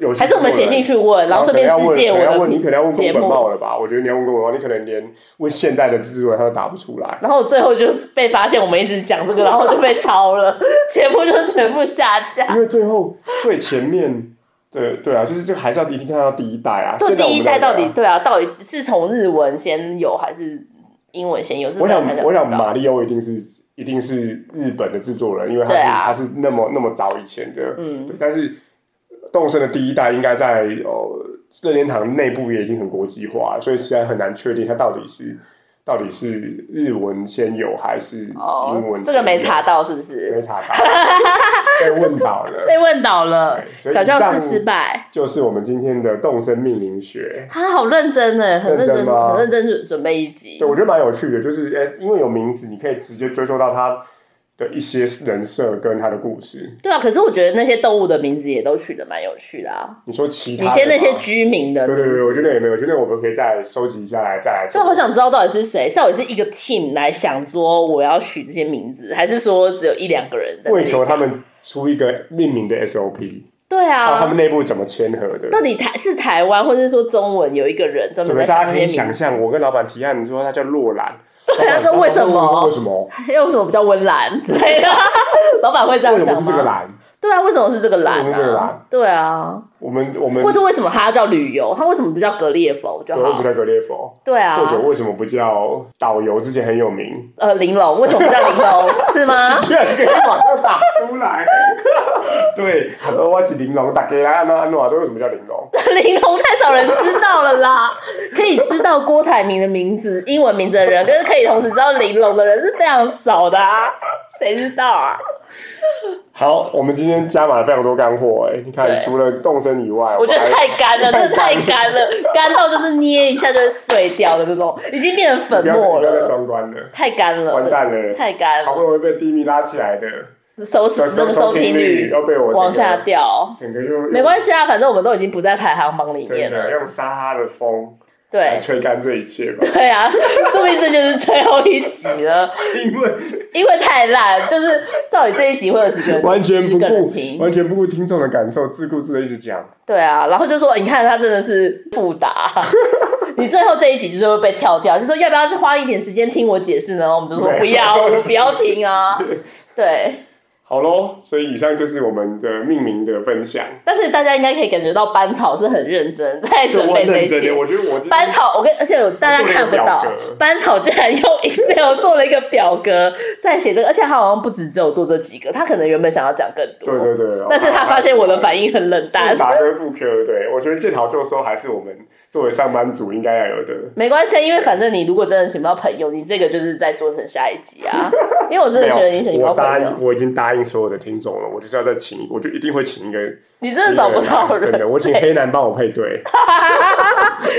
S2: 有
S1: 还是我们写信去问，然后顺便自荐
S2: 可
S1: 我
S2: 能要问，你
S1: 的
S2: 可能要问
S1: 节
S2: 宫本
S1: 目。
S2: 茂了啊吧？我觉得你要问宫本茂，你可能连问现在的制作人他都答不出来。
S1: 然后最后就被发现我们一直讲这个，然后就被抄 了，节目就全部下架。
S2: 因为最后最前面的对啊，就是这个还是要一定看到第一代啊。
S1: 就
S2: 现在我
S1: 第
S2: 们
S1: 一代
S2: 在
S1: 到底对啊，到底是从日文先有还是英文先有？是啊
S2: 我
S1: 大家
S2: 想，
S1: 不
S2: 我
S1: 知道
S2: 想马里奥一定是一定是日本的制作人，因为他是、
S1: 对啊
S2: 他是那么那么早以前的，
S1: 嗯
S2: 对，但是动森的第一代应该在呃任天堂内部也已经很国际化了，所以实在很难确定它到底是到底是日文先有还是英
S1: 哦
S2: 文，
S1: 这
S2: 先有、
S1: 个没查到是不是？
S2: 没查 到，被问到了。
S1: 被问倒了，
S2: 对所以
S1: 小教
S2: 以上
S1: 室失败。
S2: 就是我们今天的动森命名学，
S1: 他好认真呢，很认
S2: 认真
S1: 真，
S2: 吗
S1: 很认真准准备一集
S2: 对，。我觉得蛮有趣的，就是诶、因为有名字，你可以直接追溯到他的一些人设跟他的故事。
S1: 对啊，可是我觉得那些动物的名字也都取得蛮有趣的啊。
S2: 你说其他
S1: 你
S2: 的
S1: 先那些
S2: 吗
S1: 居民的
S2: 对
S1: 名字，
S2: 对对，我觉得也没有，我觉得我们可以再收集下来再来
S1: 就
S2: 做。
S1: 好想知道到底是谁，是到底是一个 team 来想说我要取这些名字，还是说只有一两个人在那
S2: 为
S1: 里想？
S2: 求他们出一个命名的 SOP，
S1: 对
S2: 看他们
S1: 啊，
S2: 内部怎么签合的。
S1: 到底台是台湾，或是说中文有一个人专
S2: 对
S1: 门
S2: 不对？大
S1: 在
S2: 家
S1: 想
S2: 可
S1: 这
S2: 以
S1: 些
S2: 想
S1: 名字？
S2: 象，我跟老板提案，你说他叫洛兰，
S1: 对啊，这为什么
S2: 为？什么？
S1: 又哎为什么不叫温岚之 类的？老板会这样
S2: 为什么
S1: 想
S2: 是这个
S1: 吗？
S2: 蓝？
S1: 对啊，为什么是这个蓝
S2: 为什么是这个
S1: 啊
S2: 蓝？
S1: 对啊，
S2: 我们我们
S1: 或者为什么它要叫旅游？它为什么不叫格列佛就
S2: 我们
S1: 好
S2: 不？叫格列佛，
S1: 对啊
S2: 或，者为什么不叫导游？之前很有名，
S1: 呃，玲珑为什么不叫玲珑？是吗？
S2: 居然可以马上打出 来。对，呃，我是玲珑，打给来安娜安娜，都为什么叫玲珑？
S1: 玲珑太少人知道了啦， 可以知道郭台铭的名字、英文名字的人，跟可以同时知道玲珑的人是非常少的啊，谁知道啊？
S2: 好，我们今天加码了非常多干货哎、你
S1: 对
S2: 看除了动身以外，
S1: 我觉得
S2: 还
S1: 太干了，真的太干了，干到就是捏一下就会碎掉的那种，已经变成粉
S2: 不要
S1: 末
S2: 不要再
S1: 了，
S2: 双关了，
S1: 太干了，
S2: 完蛋了，
S1: 太干
S2: 好
S1: 了，
S2: 不容易被低迷拉起来的，
S1: 收视这个收听率
S2: 要被我这个
S1: 往下，掉，
S2: 整个就
S1: 没关系啊，反正我们都已经不在排行榜里面
S2: 真的
S1: 了，
S2: 用沙哈的风来
S1: 对。
S2: 吹干这一切 吧，
S1: 对啊，说不定这就是最后一集了。
S2: 因为
S1: 因为太烂，就是照理这一集会有几个人
S2: 完全
S1: 十
S2: 不
S1: 个人
S2: 顾
S1: 听，
S2: 完全不顾听众的感受，自顾自的一直讲，
S1: 对啊，然后就说你看他真的是 不答，你最后这一集就是会被跳掉，就说要不要花一点时间听我解释呢？我们就说
S2: 对
S1: 不要，我们不要 听啊，对。
S2: 好喽，所以以上就是我们的命名的分享，
S1: 但是大家应该可以感觉到班草是很认真在
S2: 就
S1: 准
S2: 我
S1: 备
S2: 很
S1: 这
S2: 认真的，
S1: 些。
S2: 我觉得我今
S1: 班
S2: 天
S1: 草，我跟而且有大家看不
S2: 我
S1: 到
S2: 做了一个表格，
S1: 班草竟然用 Excel 做了一个表格在写这个，而且他好像不止只有做这几个，他可能原本想要讲更多。
S2: 对对对，
S1: 但是他发现我的
S2: 应。
S1: 反应很冷淡
S2: 不，打跟不 Q，对我觉得见好就收还是我们作为上班族应该要有的。
S1: 没关系，因为反正你如果真的请不到朋友，你这个就是再做成下一集 啊。因为我真的觉得你请不
S2: 我
S1: 到
S2: 答
S1: 朋
S2: 应，
S1: 友，
S2: 我已经答应所有的听众了，我就是要再请，我就一定会请一个。
S1: 你真的找不到
S2: 真
S1: 人。
S2: 的，我请黑男帮我配对。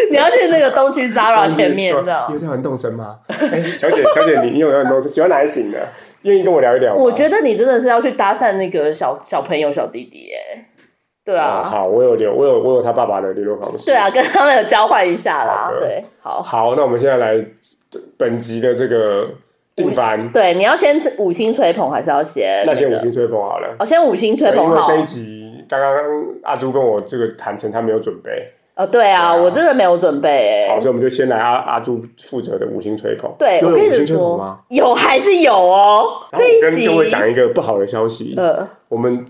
S1: 你要去那个东区 Zara 前面这
S2: 你
S1: 样。
S2: 有在玩动身吗？哎，小姐，小姐，你你有没有玩动身？喜欢哪一型的？愿意跟我聊一聊吗？
S1: 我觉得你真的是要去搭讪那个小小朋友小弟弟耶。对
S2: 哦
S1: 啊，
S2: 好，我有留，我有我有他爸爸的联络方式。
S1: 对啊，。跟他们交换一下啦
S2: 好。的
S1: 对，好，
S2: 好，那我们现在来本集的这个定番，
S1: 对，你要先五星吹捧，还是要先
S2: 那先
S1: 个
S2: 五星吹捧好了。
S1: 哦，先五星吹
S2: 因
S1: 捧
S2: 为
S1: 好
S2: 这。一集刚刚阿朱跟我这个坦诚他没有准备，
S1: 哦，对啊，
S2: 对啊
S1: 我真的没有准备
S2: 好，
S1: 哎。
S2: 所以我们就先来阿阿朱负责的五星吹捧。
S1: 对，
S2: 都
S1: 我
S2: 有
S1: 跟
S2: 五
S1: 你
S2: 星吹捧吗？
S1: 说，有还是有哦。
S2: 然后我
S1: 这一
S2: 跟
S1: 集，
S2: 各位讲一个不好的消息，
S1: 呃，
S2: 我们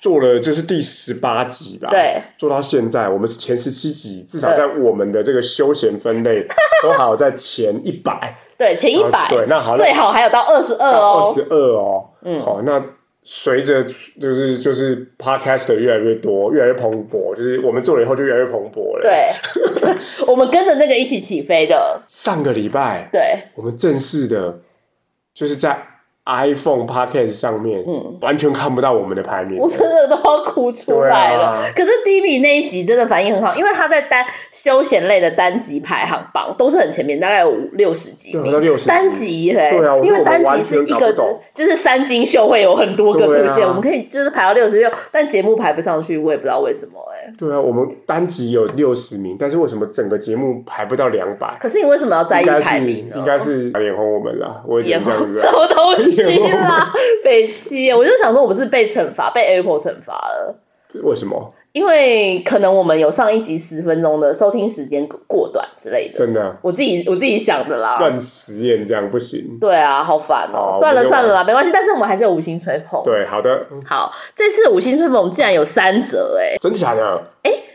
S2: 做了这是第十八集吧？。
S1: 对，
S2: 做到现在，我们是前十七集，至少
S1: 对
S2: 在我们的这个休闲分 类都还有在前一百，
S1: 对，前一百，
S2: 对，那好了，
S1: 最好还有到二十二
S2: 二
S1: 哦。
S2: 十二哦，
S1: 嗯
S2: 好，那随着就是就是 podcast 越来越多，越来越蓬勃，就是我们做了以后就越来越蓬勃了。，
S1: 对， 我们跟着那个一起起飞的，
S2: 上个礼拜
S1: 对，
S2: 我们正式的，就是在 iPhone podcast 上面，
S1: 嗯
S2: 完全看不到我们的排名
S1: 我。真的都要哭出来了。
S2: 对啊
S1: 可是 d i 那一集真的反应很好，因为他在单休闲类的单集排行榜都是很前面，大概有五六十几
S2: 对
S1: 名。
S2: 到60集
S1: 单集嘞，
S2: 对啊我
S1: 因为
S2: 说我
S1: 单
S2: 们
S1: 集是
S2: 完
S1: 一
S2: 全搞不
S1: 个
S2: 懂，
S1: 就是三金秀会有很多个出现，
S2: 对啊
S1: 我们可以就是排到六十六，但节目排不上去，我也不知道为什么哎、
S2: 对啊，我们单集有六十名，但是为什么整个节目排不到两百？
S1: 可是你为什么要在意
S2: 应该
S1: 排
S2: 是
S1: 名呢？哦
S2: 应该是脸红我们了，我已经
S1: 眼
S2: 这样
S1: 红
S2: 子啊
S1: 什
S2: 了。
S1: 么东西
S2: 眼
S1: 啦？北七，啊我就想说，我们是被惩罚，被 Apple 惩罚了，
S2: 为什么？
S1: 因为可能我们有上一集十分钟的收听时间过过短之类的，
S2: 真的啊
S1: 我自己我自己想的啦。
S2: 乱实验这样不行。
S1: 对啊，好烦
S2: 好我们
S1: 哦、算了
S2: 就
S1: 算了啦，没关系，但是我们还是有五星吹捧。
S2: 对，好的，
S1: 好，这次五星吹捧竟然有三折哎、
S2: 真假的？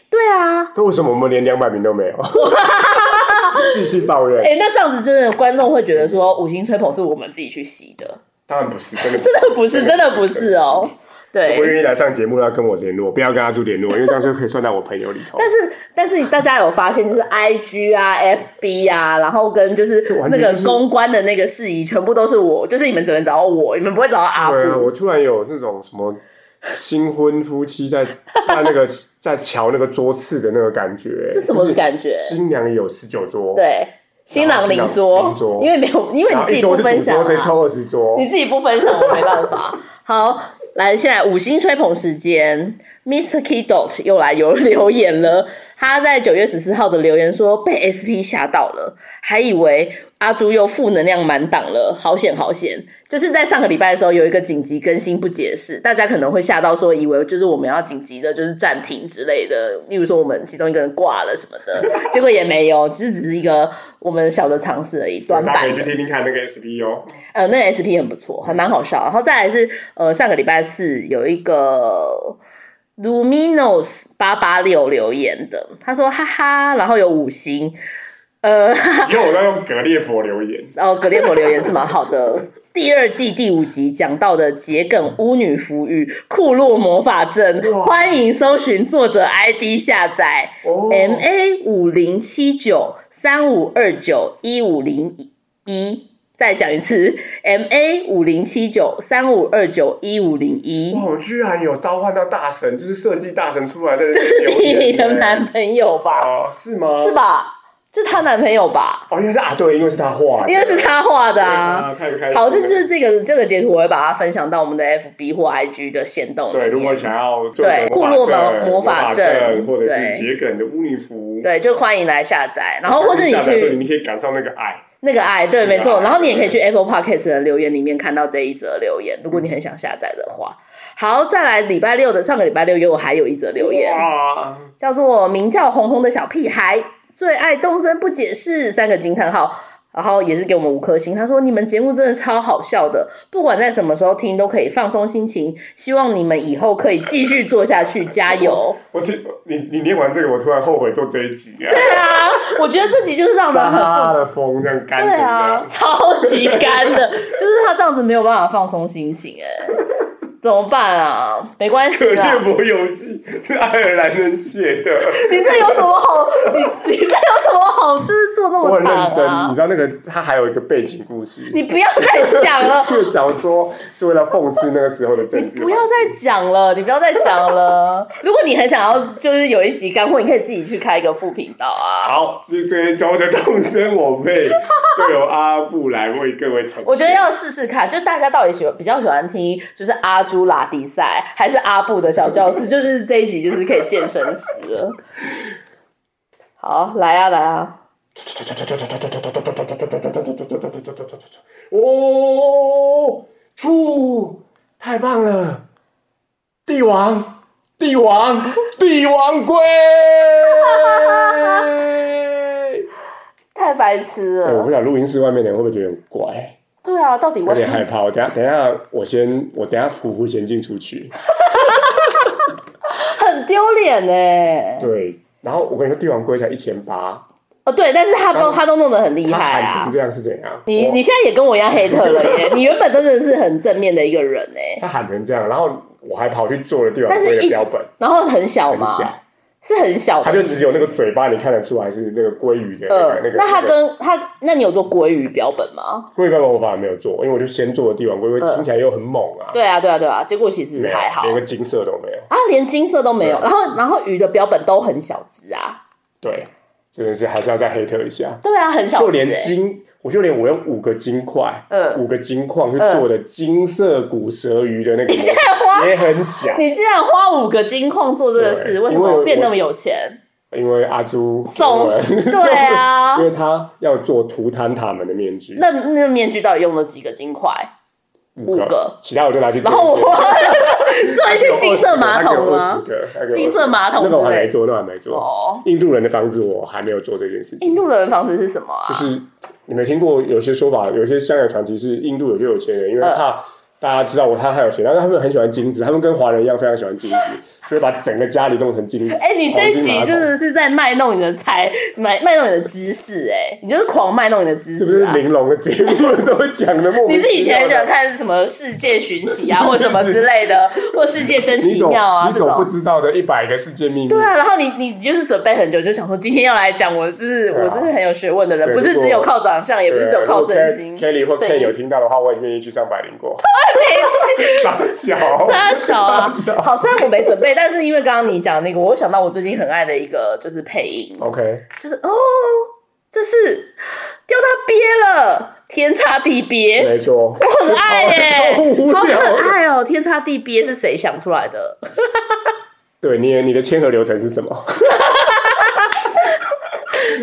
S1: 对啊，
S2: 那为什么我们连两百名都没有？ 继续抱怨。
S1: 哎、那这样子真的观众会觉得说五星吹捧是我们自己去洗的，
S2: 当然不是，真的不是
S1: 真的不是，真的不是哦、对，
S2: 我愿意来上节目要跟我联络，不要跟阿朱联络，因为这样就可以算在我朋友里头。
S1: 但是但是大家有发现，就是 I G 啊、F B 啊，然后跟就是
S2: 这完
S1: 那
S2: 全
S1: 个
S2: 就是
S1: 公关的那个事宜，全部都是我，就是你们只能找我，你们不会找到阿
S2: 对啊，
S1: 布。
S2: 我突然有那种什么新婚夫妻在 在那个在瞧那个桌次的那个感觉，
S1: 这什么
S2: 就是
S1: 感觉
S2: 新娘有十九桌，，
S1: 对，新郎领
S2: 新郎
S1: 桌
S2: 领，桌
S1: 因为没有，因为你
S2: 然后
S1: 自己
S2: 一
S1: 不
S2: 桌是
S1: 分
S2: 主
S1: 享、
S2: 桌，谁
S1: 啊，
S2: 抽二十桌
S1: 你？自己不分享，我没办法。好，来，现在五星吹捧时间，Mr. Kidot 又来有留言了。他在九月十四号的留言说，被 SP 吓到了，还以为阿朱又负能量满档了，好险好险！就是在上个礼拜的时候有一个紧急更新不解释，大家可能会吓到说以为就是我们要紧急的就是暂停之类的，例如说我们其中一个人挂了什么的，结果也没有，只是只是一个我们小的尝试而已，短
S2: 大家可
S1: 板
S2: 以去
S1: 的。
S2: 听听看那个 SP 哦，
S1: 呃，那个 SP 很不错，还蛮好笑。然后再来是呃上个礼拜四有一个 Luminos 八八六留言的，他说哈哈，然后有五星，呃。
S2: 以后我要用格列佛留言。
S1: 哦，格列佛留言是蛮好的。第二季第五集讲到的桔梗巫女服与库洛魔法阵，
S2: 哇
S1: 欢迎搜寻作者 ID 下载
S2: 哦
S1: M A 五零七九三五二九一五零一。再讲一次，M A 五零七九三五二九一五零一，
S2: 哇，我居然有召唤到大神，就是设计大神出来的留言
S1: 这
S2: 耶，
S1: 是比你的男朋友吧？
S2: 哦，是吗？
S1: 是？吧？这是她男朋友吧？
S2: 哦，因为是啊，对，因为是他画的，
S1: 因为是他画的
S2: 对
S1: 啊。
S2: 啊，太不开心了。
S1: 好，这就是这个这个截图，我会把它分享到我们的 FB 或 IG 的线动里
S2: 对，
S1: 面。
S2: 如果想要做
S1: 对
S2: 魔
S1: 库洛
S2: 法
S1: 魔
S2: 阵
S1: 魔
S2: 魔
S1: 法
S2: 法
S1: 阵
S2: 阵，或者是
S1: 对
S2: 桔梗的巫女服，
S1: 对就欢迎来下载，然后或是你
S2: 下载之后
S1: 去
S2: 你可以赶上那个爱。
S1: 那个爱，啊对，
S2: 那个
S1: 没错，
S2: 爱
S1: 然后你也可以去 Apple Podcast 的留言里面看到这一则留言，如果你很想下载的话。好，再来礼拜六的上个礼拜六有我还有一则留言，
S2: 哇，
S1: 叫做名叫红红的小屁孩，最爱动身不解释三个惊叹号。然后也是给我们五颗星，他说你们节目真的超好笑的，不管在什么时候听都可以放松心情，希望你们以后可以继续做下去，加油！
S2: 我听你你念完这个，我突然后悔做这一集啊，
S1: 对 啊，我觉得这集就是让人
S2: 撒
S1: 很
S2: 哈拉
S1: 不
S2: 的风这样干
S1: 对
S2: 成这
S1: 啊，
S2: 样。
S1: 超级干 的，就是他这样子没有办法放松心情 哎、怎么办啊？没关系
S2: 可
S1: 啦
S2: 列，佛游记是爱尔兰人写 的，
S1: 你这有什么好？你你这有什么好？就是做那
S2: 我
S1: 么
S2: 很认
S1: 长
S2: 真，你
S1: 啊！
S2: 知道那个他还有一个背景故事，
S1: 你不要再讲了，
S2: 这个小说是为了讽刺那个时候的政治
S1: 不要再讲了，你不要再讲了。如果你很想要，就是有一集干货，你可以自己去开一个副频道啊。
S2: 好，这这一周的动身我辈就由阿布来为各位呈现。
S1: 我觉得要试试看，就大家到底喜欢比较喜欢听，就是阿朱拉迪赛还是阿布的小教室，就是这一集就是可以见生死了。好，来啊来啊！
S2: 哦，出，太棒了！帝王，帝王，帝王 龟。
S1: 太白痴
S2: 哎我
S1: 了
S2: 不。想录音室外面的人会不会觉得很怪？
S1: 对啊，到底
S2: 有
S1: 为
S2: 点害怕。我等下， 等下，我先，我等下匍匐前进出去。
S1: 很丢脸呢。
S2: 对，然后我跟你说，帝王龟才一千八，
S1: 哦，对，但是他都
S2: 刚
S1: 他都弄得很厉
S2: 他
S1: 害
S2: 喊
S1: 啊
S2: 成。这样是怎样？
S1: 你
S2: 我
S1: 你现在也跟我一样黑特了 耶！你原本真的是很正面的一个人哎，
S2: 他喊成这样，然后我还跑去做了帝王
S1: 但
S2: 龟
S1: 是
S2: 的
S1: 一
S2: 标本，
S1: 然后很小
S2: 很
S1: 嘛，嗯
S2: 小，
S1: 是很小
S2: 他
S1: 的。
S2: 就只有那个嘴巴，你看得出来是那个鲑鱼的
S1: 呃
S2: 那个那，个。
S1: 那他
S2: 那个
S1: 跟他，那你有做国语标本吗？
S2: 龟标本我反而没有做，因为我就先做了帝王龟，因为
S1: 嗯
S2: 听起来又很猛啊，
S1: 对啊，对啊，对啊，结果其实
S2: 没有
S1: 还好
S2: 连个金色都没有。
S1: 啊，连金色都没有。
S2: 对啊
S1: 然后，然后鱼的标本都很小只啊，
S2: 对，真的是还是要再黑特一下，
S1: 对啊，很小只、欸。
S2: 就连金，我就连我用五个金块。
S1: 嗯，
S2: 五个金矿去做的金色骨舌鱼的那个
S1: 你竟然花，
S2: 也很小，
S1: 你竟然花五个金矿做这个事，
S2: 对
S1: 为什
S2: 因为
S1: 么
S2: 我
S1: 变那么有 钱？
S2: 因为阿朱
S1: 送
S2: 我们
S1: 对啊
S2: 因，为他要做图坦塔门的面具，
S1: 那那面具到底用了几个金块？
S2: 五
S1: 五个
S2: 其他我就拿去做
S1: 然
S2: 一些。
S1: 后我做一些金色马
S2: 那
S1: 桶
S2: 个20
S1: 吗？
S2: 个？那个20个
S1: 金色马桶
S2: 那个我
S1: 之
S2: 还
S1: 类
S2: 没做，那个我还没做。
S1: 哦，
S2: 印度人的房子我还没有做这件事情，
S1: 印度人房子是什么啊？
S2: 就是你没听过有些说法，有些香港传奇是印度有些有钱人，因为
S1: 嗯
S2: 怕。大家知道我他很有钱，但是他们很喜欢金子，他们跟华人一样非常喜欢金子，就会把整个家里弄成金子。
S1: 哎、你这
S2: 黄
S1: 一
S2: 金
S1: 集
S2: 马桶
S1: 真的是在卖弄你的才，卖卖弄你的知识、哎，你就是狂卖弄你的知
S2: 是不
S1: 识
S2: 是
S1: 啊！
S2: 玲珑的节目的时候讲的莫
S1: 你
S2: 名
S1: 是以
S2: 其
S1: 前
S2: 妙
S1: 很喜欢
S2: 的？
S1: 看什么《世界寻奇》啊，或什么之类的，或《世界真
S2: 你
S1: 奇
S2: 所
S1: 妙》啊
S2: 你
S1: 这
S2: 所不
S1: 种。
S2: 知道的一百个世界秘密。
S1: 对啊，然后你你就是准备很久，就想说今天要来讲，我是、
S2: 对啊
S1: 我是很有学问的人，
S2: 对
S1: 不是只有靠长相，也不
S2: 对
S1: 是
S2: 啊
S1: 只有靠
S2: 如果
S1: 真心。
S2: Kelly 或
S1: 所
S2: Ken
S1: 以
S2: 有听到的话，我也愿意去上百灵 果。傻小，
S1: 大小 啊
S2: 傻，小
S1: 好，虽然我没准备，但是因为刚刚你讲那个，我想到我最近很爱的一个就是配音，
S2: OK，
S1: 就是哦，这是掉到憋了，天差地别。
S2: 没错。
S1: 我很爱耶、
S2: 好无
S1: 好
S2: 聊
S1: 可爱哦！天差地别是谁想出来的？
S2: 对，你的你的签合流程是什么？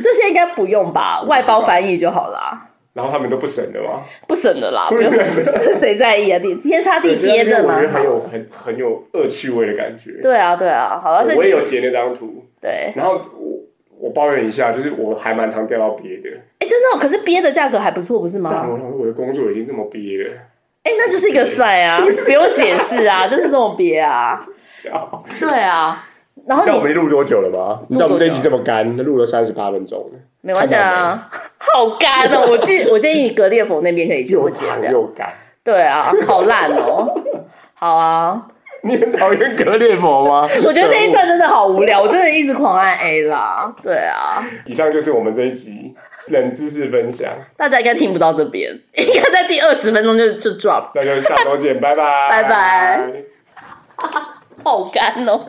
S1: 这些应该不用吧，外包翻译就好啦。啊
S2: 然后他们都不审的嘛，
S1: 不省了啦，不用 谁在意啊？你天差地
S2: 对，
S1: 别
S2: 就是
S1: 的
S2: 我
S1: 嘛
S2: 觉。得很有很很有恶趣味的感觉。
S1: 对啊，对啊，好了，所
S2: 我也
S1: 以
S2: 有截那张图，
S1: 对，哎、
S2: 然后我我抱怨一下，就是我还蛮常掉到憋的，
S1: 真的哦、可是憋的价格还不错，不是吗？
S2: 但我想说我的工作已经这么憋了，
S1: 哎、那就是一个赛 啊，不用解释啊，就是这种别啊，
S2: 笑。
S1: 对啊。然后
S2: 你知道我
S1: 你
S2: 们录多久了吗？你知道我们这一集这么干，录了三十八分钟了，
S1: 没关系啊，好干哦！我建我建议格列佛那边可以去
S2: 又
S1: 我剪
S2: 长
S1: 掉。
S2: 又干。
S1: 对啊，好烂哦。 好啊，
S2: 你很讨厌格列佛吗？
S1: 我觉得那
S2: 可
S1: 一
S2: 恶
S1: 段真的好无聊，我真的一直狂按 A 啦。对啊，
S2: 以上就是我们这一集冷知识分享，
S1: 大家应该听不到这边，应该在第二十分钟就就 drop，
S2: 那就下周见，拜拜，
S1: 拜拜。好干哦。